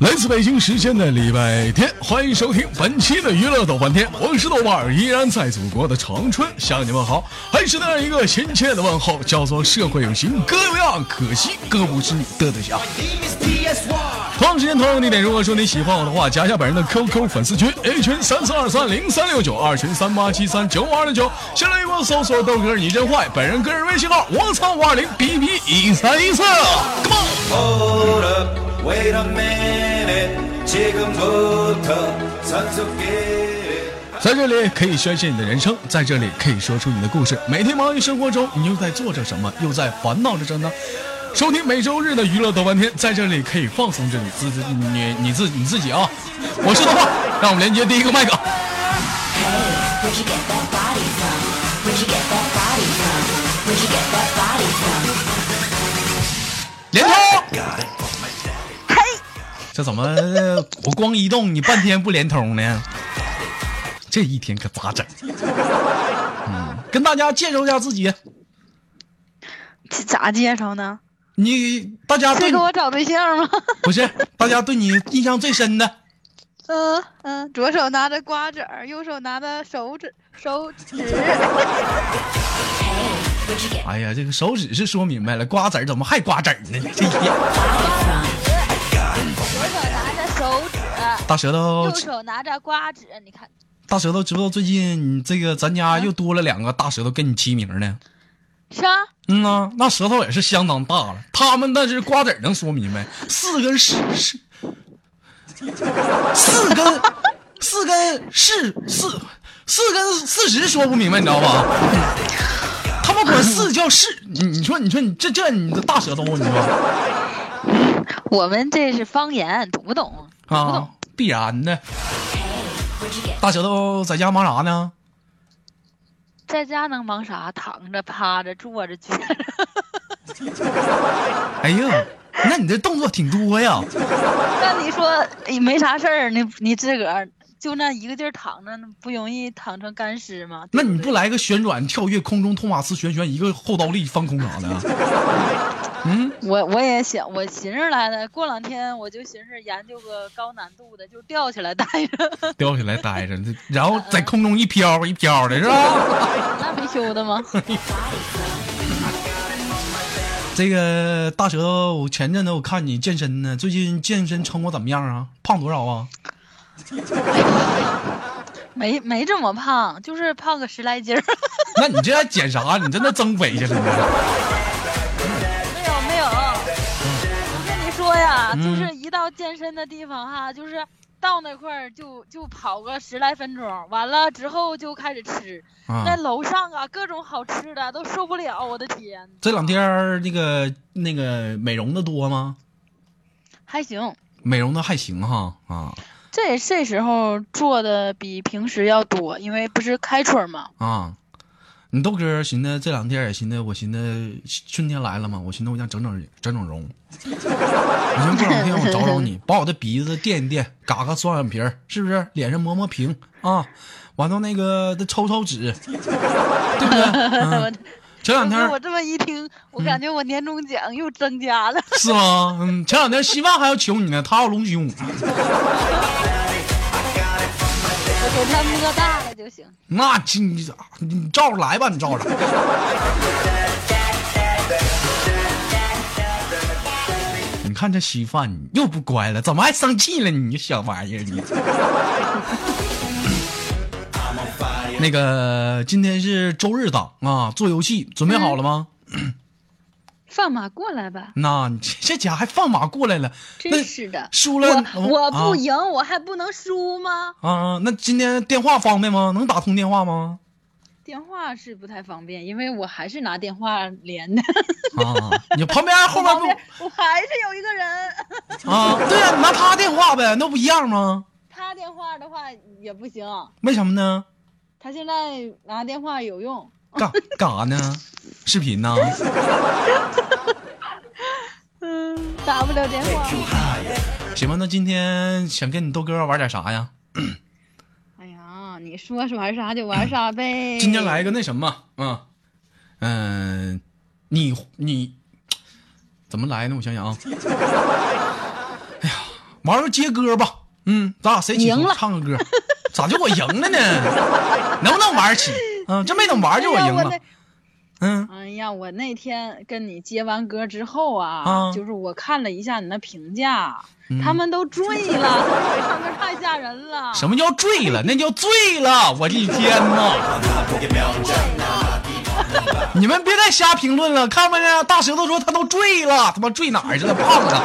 来自北京时间的礼拜天，欢迎收听本期的娱乐豆瓣天，我是豆瓣儿，依然在祖国的长春向你们好，还是那样一个亲切的问候，叫做社会有情哥有样，可惜哥不是你的对象。同样时间同样地点，如果说你喜欢我的话，加一下本人的 QQ 粉丝群，A 群三四二三零三六九，二群三八七三九五二六九，新浪微博搜索豆哥你真坏，本人个人微信号我操五二零 B B 一三一四，Come on。 Hold up, wait a minute. 지금부터 선수길.在这里可以宣泄你的人生，在这里可以说出你的故事。每天忙于生活中，你又在做着什么，又在烦恼着什么呢？收听每周日的娱乐豆瓣天，在这里可以放松着你自自你你自你自己啊！我是豆瓣，让我们连接第一个麦克。连通，嘿，这怎么呃我光移动你半天不连通呢？这一天可咋整？嗯，跟大家介绍一下自己，这咋介绍呢？你大家对你是给我找对象吗？ 不是，大家对你印象最深的，嗯嗯，左手拿着瓜子儿，右手拿着手指手指。哎呀，这个手指是说明白了，瓜子儿怎么还瓜子儿呢？这一天，左手拿着手指，大舌头右，手拿着瓜子，你看，大舌头，知不知道最近你这个咱家又多了两个大舌头跟你齐名呢？是啊，嗯呐、那舌头也是相当大了。他们那是瓜子儿能说明白，四根是是，四根四根是四四根四十说不明白，你知道吧？他们管四叫是，你你说你说你这这你这大舌头，啊你说我们这是方言，懂不懂？啊，必然的。大舌头在家忙啥呢？在家能忙啥？躺着、趴着、坐着、撅着。 哎呀，那你这动作挺多呀。那你说你没啥事儿，你你自个儿就那一个劲儿躺着，那不容易躺成干尸吗？那你不来个旋转、跳跃、空中托马斯旋旋，一个后倒立翻空啥的啊？我我也想，我寻思来的，过两天我就寻思研究个高难度的，就吊起来待着，吊起来待着，这然后在空中一飘 一飘的，是吧？那没羞的吗？这个大舌头，我前阵子我看你健身呢，最近健身成果怎么样啊？胖多少啊？没没这么胖，就是胖个十来斤儿。 那你这还减啥？ 你这那增肥去了呢？没有没有，我跟你说呀，就是一到健身的地方哈，就是到那块儿就就跑个十来分钟，完了之后就开始吃。那啊，楼上啊，各种好吃的都受不了，我的天，这两天儿那个那个美容的多吗？还行。美容的还行哈啊这这时候做的比平时要多，因为不是开春嘛。啊！你豆哥寻思这两天也寻思，我寻思春天来了嘛，我寻思我想整整整整容。我寻思过两天我找找你，把我的鼻子垫一垫，嘎嘎双眼皮儿，是不是？脸上磨磨平啊，完了那个再抽抽脂，对不对？嗯、前两天嗯我这么一听，我感觉我年终奖又增加了。 是吗？嗯，前两天希望还要求你呢，他要隆胸。我给他摸大了就行。那这你你照着来吧，你照着。你看这稀饭，你又不乖了，怎么还生气了？你小玩意儿，你。那个，今天是周日档啊，做游戏准备好了吗？嗯放马过来吧，那你这家还放马过来了，那真是的。输了我我啊不赢，我还不能输吗？啊！那今天电话方便吗？能打通电话吗？电话是不太方便，因为我还是拿电话连的。啊，你旁边后面 旁边不我还是有一个人， 啊？对呀、你拿他电话呗，那不一样吗？他电话的话也不行，为什么呢？他现在拿电话有用。干干啥呢？视频 呢？嗯，打不了电哎话。行吧，那今天想跟你豆哥玩点啥呀？哎呀，你说是玩啥就玩啥呗。今天来个那什么，嗯嗯、你 你怎么来呢？我想想啊，哎呀，完了接歌吧。嗯，咱俩谁起赢哄了唱个歌？咋就我赢了 呢？能不能玩起？嗯，这没等玩就我赢了哎呀。嗯，哎呀，我那天跟你接完歌之后啊，啊就是我看了一下你的评价，嗯他们都醉了，这唱歌太吓人了。什么叫醉了？那叫醉了！我的天呐！ 你们别再瞎评论了，看没看？大舌头说他都醉了，他妈醉哪儿去了？胖 了。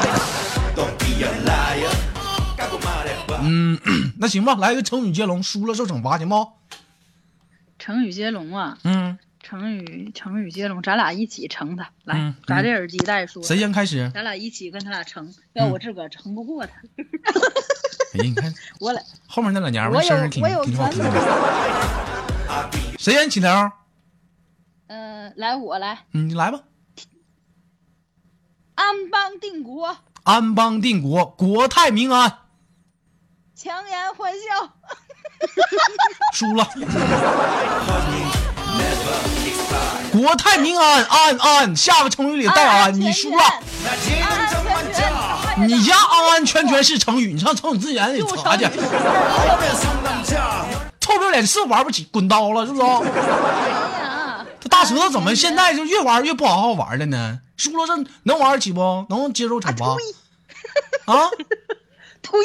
嗯，那行吧，来个成语接龙，输了受惩罚，行不？成语接龙啊，嗯，成语成语接龙，咱俩一起成他，来，嗯咱这耳机带说，谁先嗯开始？ 咱俩一起跟他俩成，要我自个儿成不过他，哎呀，你看我俩后面那老娘们我儿有声儿挺我有挺好传听统的。谁先起头？呃，来我来，你来吧。安邦定国，安邦定国，国泰民安。强颜欢笑，输 了。国泰民安，安安，下个成语里带 安，你输了。 아,你家安安全全是成语，你上成语字典里查去。臭不要脸是玩不起，滚刀了是不是？哎呀，这大舌头怎么现在就越玩越不好好玩了呢？输了这能玩起不？能接受惩罚？啊？推，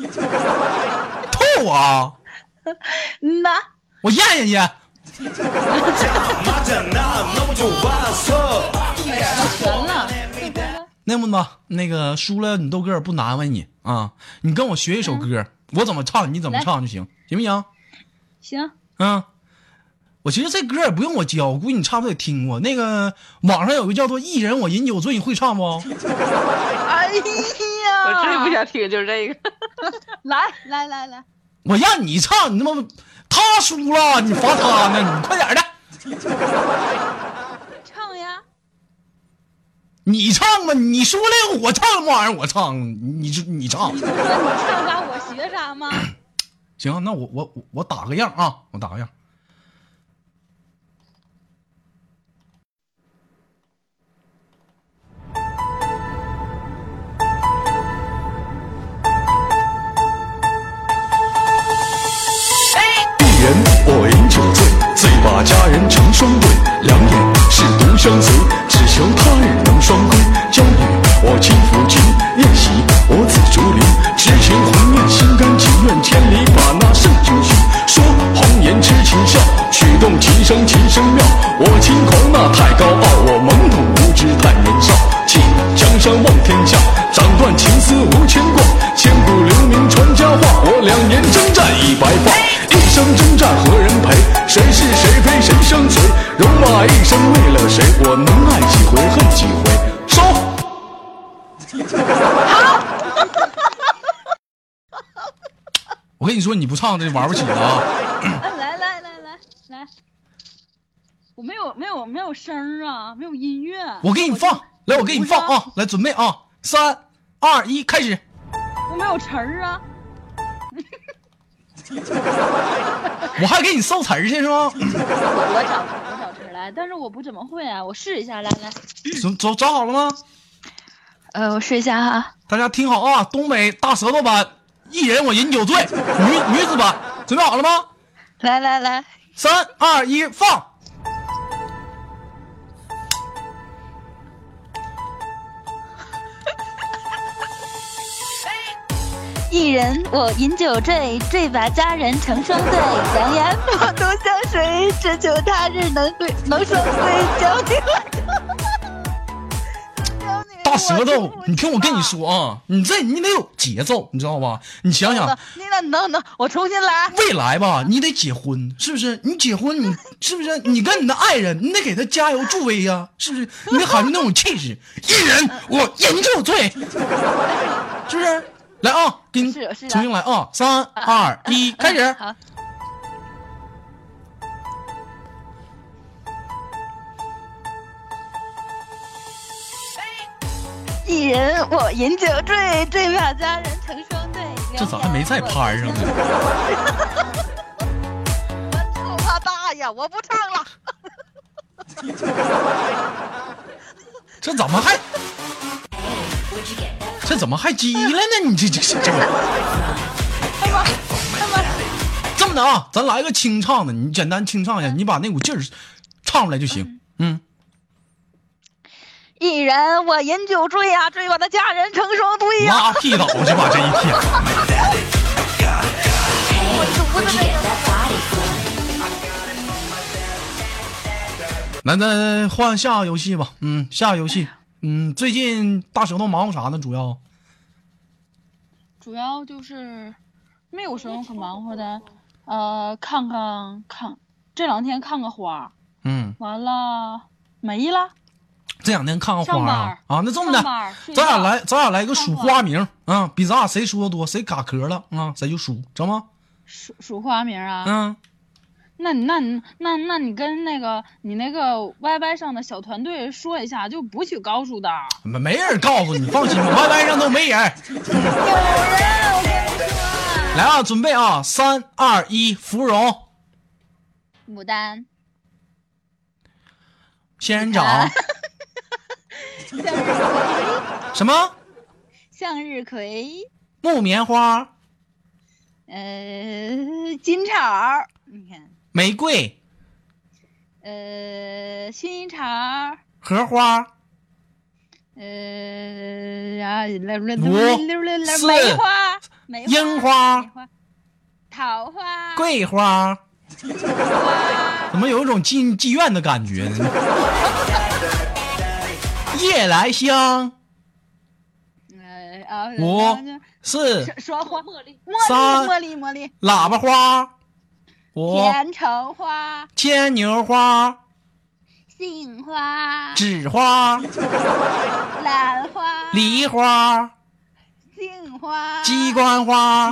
吐啊！嗯呐，我咽下去。 아,全了，那么吧，那个输了你豆哥也不难为你啊，你跟我学一首歌，我怎么唱你怎么唱就行，行不行？行，嗯，我其实这歌也不用我教，我估计你差不多也听过。那个网上有个叫做“一人我饮酒醉”，你会唱不？哎啊我最不 呀，想听就是这个。来来来来，我让你唱，你他妈他输了，你罚他呢，你快点的，唱呀，你唱吧，你输了我唱什么玩意儿？我唱，你你你唱。不说你唱啥我学啥吗？行，那我我我我打个样啊，我打个样。一人我饮酒醉，醉把佳人成双对，两眼是独相随，只求他日能双归。娇女我轻抚琴，宴席我紫竹林，痴情红颜心甘情愿，千里把那圣酒寻。说红颜痴情笑，曲动琴声琴声妙。我轻狂那太高傲，我懵懂无知太年少。弃江山望天下，斩断情丝无牵挂。千古留名传佳话，我两年征战已白发，一生征战何人陪？谁是谁非谁相随？戎马一生为了谁？我能爱几回恨几回？收。我跟你说，你不唱这玩不起了啊。嗯来来来来来来，我没有没有没有声儿啊，没有音乐，我给你放，来，我给你放啊，来准备啊，三二一，开始。我没有词儿啊，我还给你搜词儿去是吗？我我找词儿我找词儿来，但是我不怎么会啊，我试一下，来来，准找找好了吗？呃，我试一下哈，大家听好啊，东北大舌头版，一人我饮酒醉，女女子版，准备好了吗？来来来，三二一，放。一人我饮酒醉，醉把佳人成双对，两 眼我独相随，只求他日能归能双归。娇女， 娇女，大舌头我，你听我跟你，说啊，你这你得有节奏，你知道吧？你想想，你那能能，我重新来。未来吧，你得结婚，是不是？你结婚， 你是不是？你跟你的爱人，你得给他加油助威呀、是不是？你得喊出那种气势，一人我饮酒醉，是不是？来啊，给你是是啊重新来啊，三二一，开始。 好，一人我饮酒醉，醉把佳人成双对。这咋还没在拍儿上呢？我他大爷，我不唱了。这怎么还？这怎么还鸡了呢？你这这这这玩意儿哎妈，哎妈，这么的啊，咱来个清唱的，你简单清唱一下，你把那股劲儿唱出来就行。嗯，依然我饮酒醉呀、醉把那佳人成双对呀、拉屁倒去吧，这一天。我犊子那个。那咱换下游戏吧。嗯，下游戏。嗯，最近大舌头忙活啥呢？主要主要就是没有什么可忙活的，呃，看看看，这两天看个花儿，嗯，完了没了。这两天看看花上班啊儿啊，那这么的上班儿，睡咱觉俩来，咱俩来个数看花花名啊，比咱俩谁说的多，谁卡壳了啊，谁就输，成吗？数数花名啊？嗯，那你那你那那你跟那个你那个 YY 上的小团队说一下，就不许高数的。没没人告诉你，放心吧， 歪歪上都没人。啊来啊，准备啊，三二一，芙蓉。牡丹、仙人 掌，什么向日葵、木棉花、呃金草儿，你看，玫瑰、呃薰衣草儿，荷花、呃啊来来来五来来四梅花、梅花、樱花梅花、桃花、桂花，怎么有一种进妓院的感觉呢？夜来香，呃啊五那四说说花茉莉、三茉莉、茉莉、喇叭花，五茉莉、甜橙花。牵牛花、杏花、纸花、兰花、梨花、杏花、鸡冠花。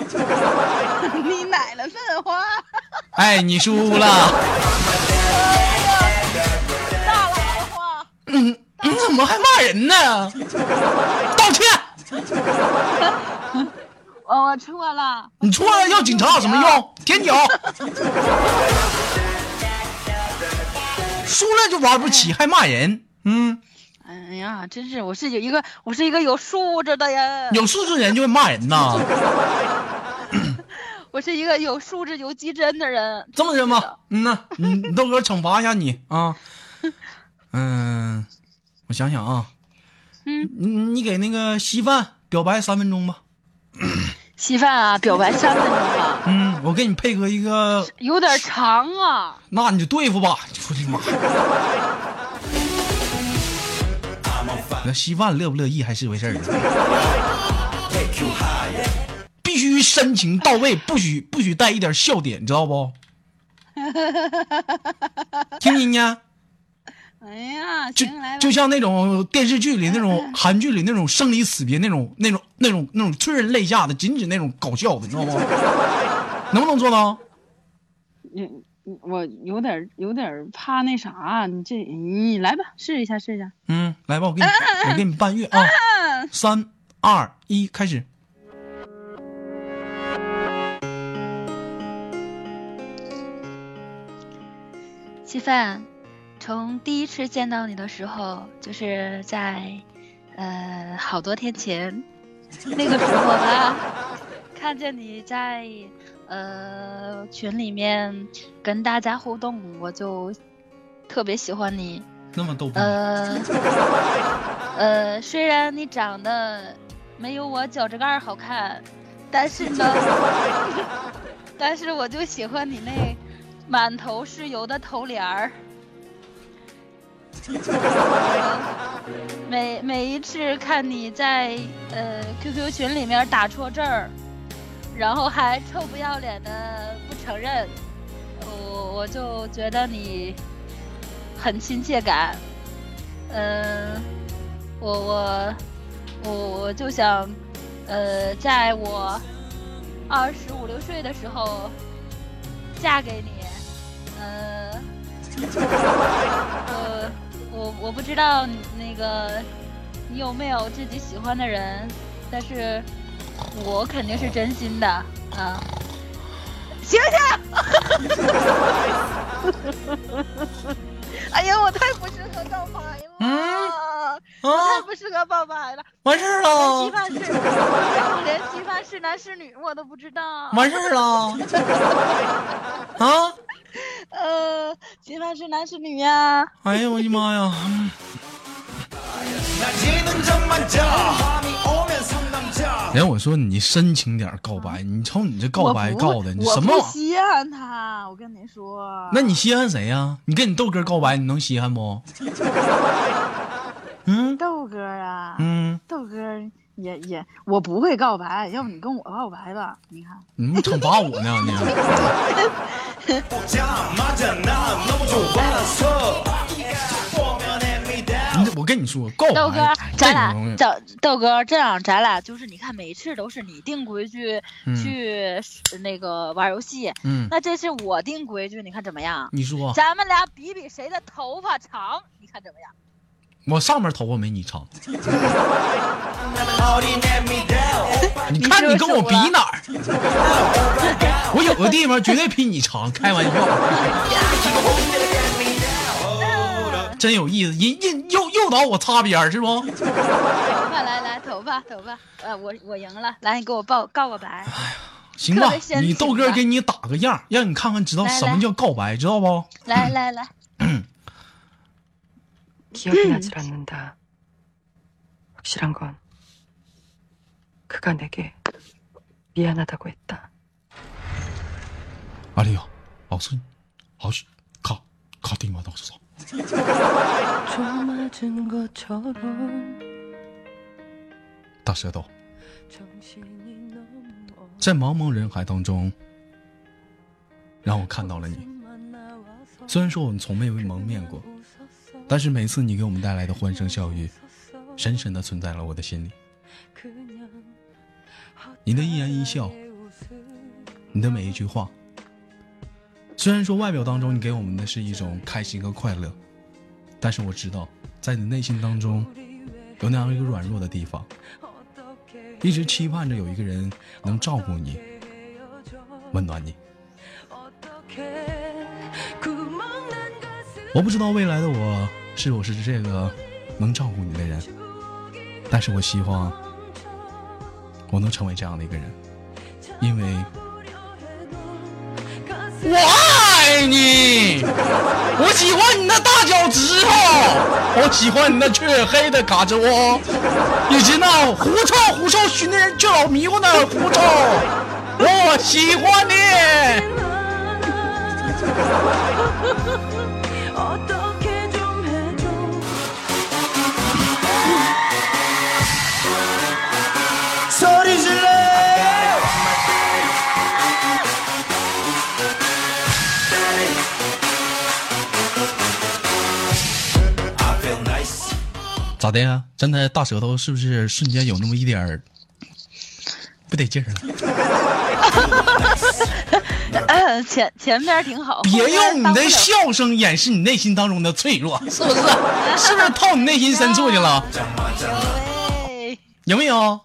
你奶奶粪花。哎，你输了， 大兰花，你嗯怎么还骂人呢？道歉，我哦我错了，你错了，要警察有什么用？舔脚。输了就玩不起，还骂人。嗯，哎呀，真是，我是有一个，我是一个有素质的 人，有素质的人就会骂人呐。我是一个有素质、有基真的人。这么的吧，嗯呐，你你豆哥惩罚一下你啊。嗯，我想想啊，嗯你你给那个稀饭表白三分钟吧。稀饭啊，表白三分钟啊，嗯，我给你配合一个有点长啊。那你就对付吧，我的妈！那稀饭乐不乐意还是回事儿，啊必须深情到位，不许不许带一点笑点，知道不？听没听见？哎呀，就行来吧就，像那种电视剧里那 种韩剧里那种生离死别那种那种那种那种催人泪下的，仅止那种搞笑的，你知道吗？能不能做到？嗯嗯我有点有点怕那啥，啊你这你来吧，试一下试一下。嗯，来吧，我给你，我给你伴乐啊！三二一，开始。稀饭，从第一次见到你的时候，就是在呃好多天前，那个时候吧， 看见你在呃群里面跟大家互动，我就特别喜欢你。那么逗逼，啊呃 呃，虽然你长得没有我脚趾盖儿好看，但是呢，但是我就喜欢你那满头是油的头帘儿。每每一次看你在呃 QQ 群里面打错字儿，然后还臭不要脸的不承认，我我就觉得你很亲切感。嗯，我我我我就想，呃，在我二十五六岁的时候嫁给你。呃，我我我不知道你那个你有没有自己喜欢的人，但是我肯定是真心的啊。 醒醒！哎呀，我太不适合告哎白了，我太啊，不适合告白了。完事儿稀了，饭是， 我连稀饭是男是女我都不知道。完事儿了，啊，呃，稀饭是男是女呀、哎呀，我的妈呀！嗯 나 지는 점만 져 밤이 오면 상남자 哎，我说你深情点儿告白，你瞅你这告我白不告的，你我什么不玩意儿？稀罕他，我跟你说。那你稀罕谁呀、你跟你豆哥告白，你能稀罕不？嗯豆哥啊，嗯，豆哥也也，我不会告白，要不你跟我告白吧？你看，你不惩罚我呢？你 보자마자 난 너무 좋아서 보면 애미다 你这我跟你说，告白豆哥，哎这咱种东俩西，豆豆哥这样，咱俩就是你看每一次都是你定规矩、嗯去呃那个玩游戏，嗯，那这次我定规矩，你看怎么样？你说 咱们俩比比谁的头发长，你看怎么样？我上面头发没你长， 어린 애미다 你看你跟我比你哪儿？我有的地方绝对比你长，开玩笑，真有意思，引引诱诱导我擦边儿是不？头发来来，头发头发，呃，我我赢了，来你给我报告个白，行特吧别，深你情豆哥吧给你打个样儿，让你看看知道来什么来叫告白，知道不？来来来， 기억이 나질 않는다. 확실한 건 그가 내게 미안하다고 했다.阿丽呀，哎老孙，好去，卡卡丁马到手上。 맞은 것처럼 大舌头， 정신이 너무 在茫茫人海当中，让我看到了你。 나와서 虽然说我们从没蒙面过，但是每次你给我们带来的欢声笑语，深深的存在了我的心里。你的一言一笑，你的每一句话，虽然说外表当中你给我们的是一种开心和快乐，但是我知道，在你内心当中有那样一个软弱的地方，一直期盼着有一个人能照顾你，温暖你。我不知道未来的我是否是这个能照顾你的人，但是我希望我能成为这样的一个人，因为我爱你，我喜欢你那大脚趾头，我喜欢你那黢黑的嘎吱窝，以及那狐臭狐臭熏的人却老迷糊的狐臭，我喜欢你。 어떻게 좀 해줘 소리 질러 I feel nice 咋的呀？真的大舌头是不是瞬间有那么一点儿不得劲儿了？呃前前边挺好，别后边用你当不的了笑声掩饰你内心当中的脆弱，是不是？ 是不是套你内心深处去了？对有没有？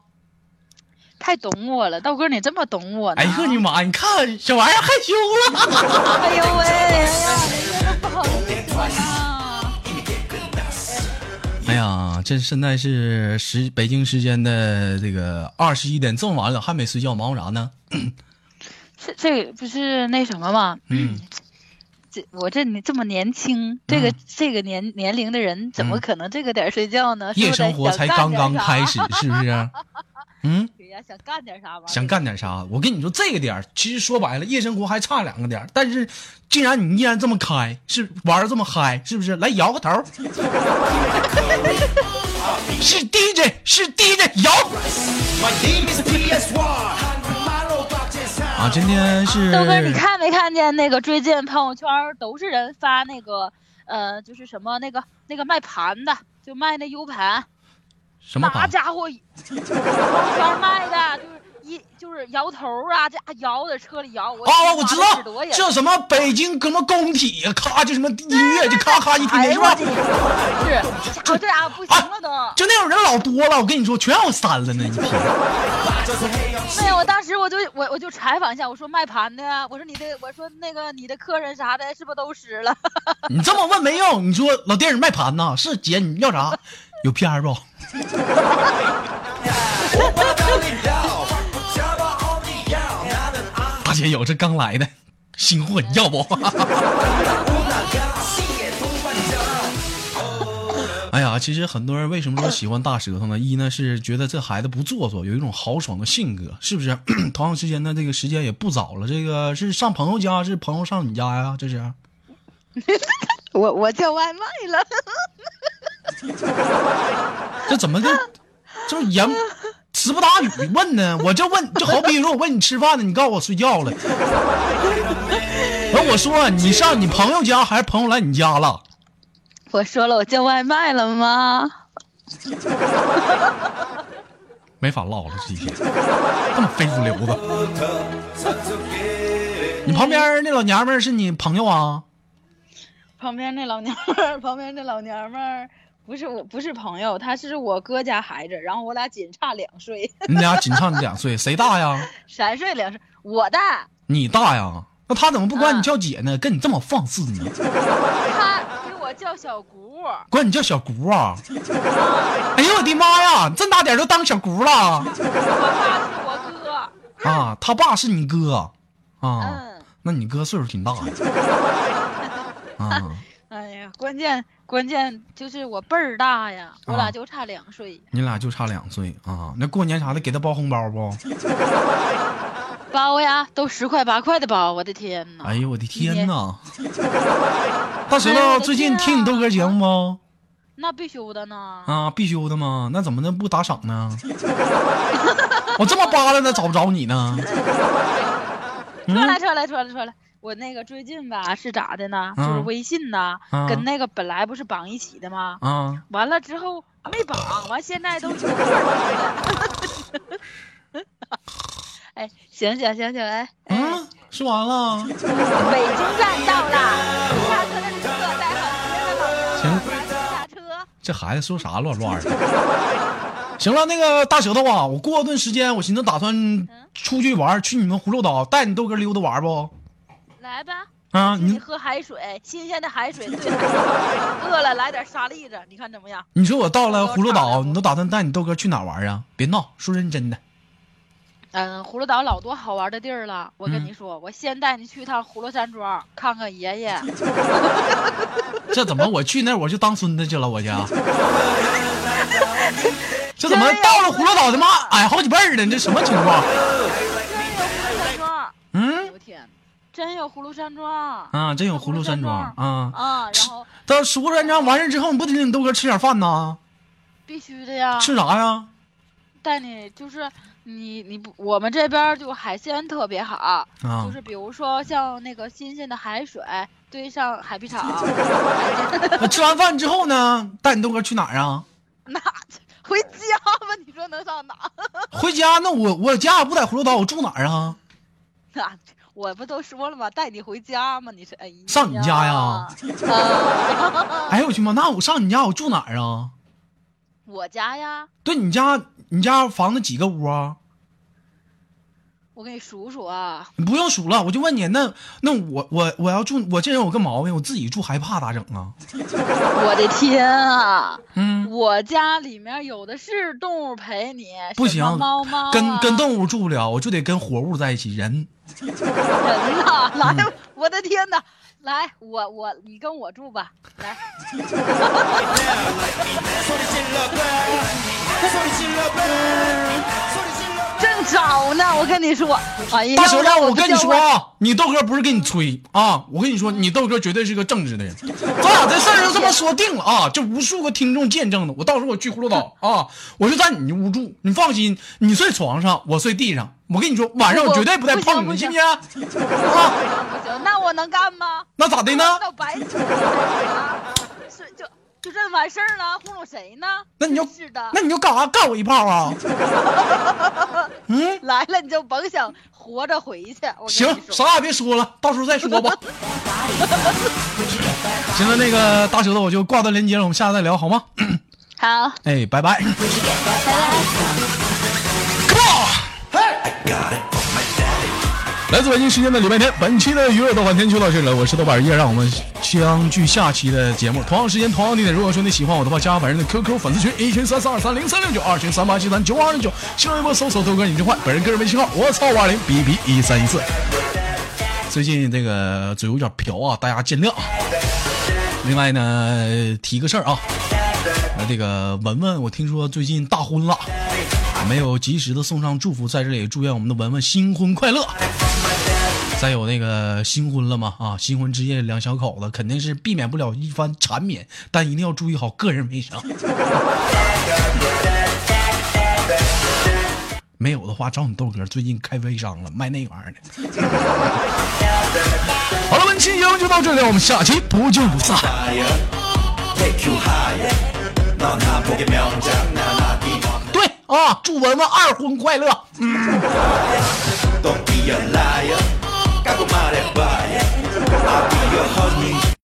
太懂我了，豆哥你这么懂我呢？哎呦我的妈！你看小玩意儿害羞了。哎呦喂，哎呀，真的不好意思啊。哎呀，这现在是时北京时间的这个二十一点，这么晚了还没睡觉，忙活啥呢？这这不是那什么吗？嗯， 这我这你这么年轻，这个、这个年年龄的人，怎么嗯可能这个点儿睡觉呢？夜是不是得生活想才干刚点刚啥开始，是不是？ 嗯。对呀，想干点啥玩意儿？想干点啥？我跟你说，这个点儿其实说白了，夜生活还差两个点儿。但是，既然你依然这么开，是玩儿这么嗨，是不是？来摇个头儿， 是 DJ，是 DJ，摇 My name is PS1 한국말로 박재상 啊！今天是豆哥，你看没看见那个最近朋友圈儿都是人发那个呃，就是什么那个那个卖盘的，就卖那 U 盘，什么那盘？ 家伙朋友圈卖的，就是一一就是摇头啊，这啊摇在车里摇，我啊，我知妈的耳道朵，也这什么北京哥们工体呀，咔就什么音乐就咔咔一听没哎是呦吧我？是，家伙这啊不行了都。就那种人老多了，我跟你说，全让我删了呢。一天对，哎我当时我就我我就采访一下，我说卖盘的呀，我说你的，我说那个你的客人啥的，是不是都湿了？ 你这么问没用，你说老店儿卖盘呐？是姐，你要啥？有片儿不？大姐有，这刚来的新货，你要不？哎呀，其实很多人为什么说喜欢大舌头呢？一呢是觉得这孩子不做作，有一种豪爽的性格，是不是？ 同样时间呢，这个时间也不早了，这个是上朋友家，是朋友上你家呀？这是。我我叫外卖了， 这怎么就就是言词不达语问呢？我就问，就好比说我问你吃饭呢，你告诉我睡觉了。完我说你上你朋友家还是朋友来你家了？我说了我叫外卖了吗？没法唠了，这一天这么非主流子。你旁边那老娘们儿是你朋友啊？旁边那老娘们儿， 旁边那老娘们儿不是我不是朋友，她是我哥家孩子，然后我俩仅差两岁， 你俩仅差两岁，谁大呀？三岁两岁，我大你大呀？那他怎么不管你叫姐呢？跟你这么放肆呢？他给我叫小姑，管你叫小姑啊？哎呦我的妈呀！这么大点儿都当小姑了。我爸是我哥，啊，他爸是你哥啊，嗯，那你哥岁数挺大呀， 啊，哎呀，关键关键就是我辈儿大呀，我啊俩就差两岁，你俩就差两岁啊，那过年啥的给他包红包 不？包呀都十块八块的包，我的天呐，哎呦我的一天年呐！ 大石哎呦我头，的最近天啊听你豆哥节目吗？那必须的呢，啊，必修的吗？那怎么能不打赏 呢？我这么扒拉呢，找不着你呢？嗯出来出来出来出来。我那个最近吧是咋的呢？就是嗯微信呐，嗯跟那个本来不是绑一起的吗？啊，完了之后没绑，完现在都有个儿了。哎，行行行行，哎，哎嗯，说完了，北京站到了，下车的旅客带好您的老公，下车。这孩子说啥乱乱的？行了，那个大舌头啊，我过段时间我寻思打算出去玩，去你们葫芦岛带你豆哥溜达玩不？来吧，啊，请你你喝海水，新鲜的海水对海好。饿了来点沙栗子，你看怎么样？你说我到了葫芦岛，你都打算带你豆哥去哪玩啊？别闹，说认真的。嗯，葫芦岛老多好玩的地儿了，我跟嗯你说，我先带你去一趟葫芦山庄看看爷爷。这怎么我去那儿我就当孙子去了？我去， 这怎么到了葫芦岛他妈矮好几倍儿呢？这什么情况？葫芦山庄，哎呦嗯我天，真有葫芦山庄。啊，真有葫芦山庄啊！啊，然后到葫芦山庄完事之后，你不得领你豆哥吃点饭呐？必须的呀，吃啥呀？带你就是你你不，我们这边儿就海鲜特别好，啊就是比如说像那个新鲜的海水堆上 海皮草，海鲜那吃完饭之后呢？带你豆哥去哪儿啊？那回家吧，你说能上哪？回家那我我家不在葫芦岛，我住哪儿啊？那我不都说了吗？带你回家吗？你是哎呀，上你家呀啊哎呦我去妈！那我上你家我住哪儿啊？我家呀，对你家你家房子几个屋啊？我给你数数啊，你不用数了，我就问你，那那我我我要住，我这人有个毛病，我自己住害怕咋整啊？我的天啊！嗯，我家里面有的是动物陪你，不什么行猫猫、啊、跟跟动物住不了，我就得跟活物在一起。人，人呐，来，我的天呐，来，我我你跟我住吧，来，正找呢，我跟你说，哎呀，大舌头，我就跟你叫说啊，你豆哥不是跟你吹啊，我跟你说，你豆哥绝对是个正直的人。咱俩这事儿就这么说定了啊，这无数个听众见证的。我到时候我去葫芦岛啊，我就在你屋住，你放心，你睡床上，我睡地上。我跟你说，晚上我绝对不带碰你，不信行不不信？行啊，不行，那我能干吗？那咋的呢？到白天啊，是就就这完事儿了，糊弄谁呢？那你就是的，那你就干啥干我一炮啊？嗯，来了你就甭想活着回去。我跟行你，说啥也别说了，到时候再说 吧。行了，那个大舌头我就挂断连接了，我们下次再聊好吗？好。哎，拜拜。来自北京时间的礼拜天，本期的娱乐豆瓣天就到这里了，我是豆瓣儿依然让我们相聚下期的节目，同样时间同样地点。如果说你喜欢我的话，加本人的 QQ 粉丝群一群三四二三零三六九，二群三八七三九二零九，新浪微博搜索豆哥你真坏，本人个人微信号我操五二零 B B 一三一四。最近这个嘴有点瓢啊，大家见谅。另外呢，提个事儿啊，呃，这个文文，我听说最近大婚了，没有及时的送上祝福，在这里祝愿我们的文文新婚快乐。再有那个新婚了嘛啊，新婚之夜两小口子肯定是避免不了一番缠绵，但一定要注意好个人卫生。没有的话，找你豆哥，最近开微商了，卖那玩意儿的。好了，本期节目就到这里，我们下期不见不散。对啊，祝文文二婚快乐。嗯。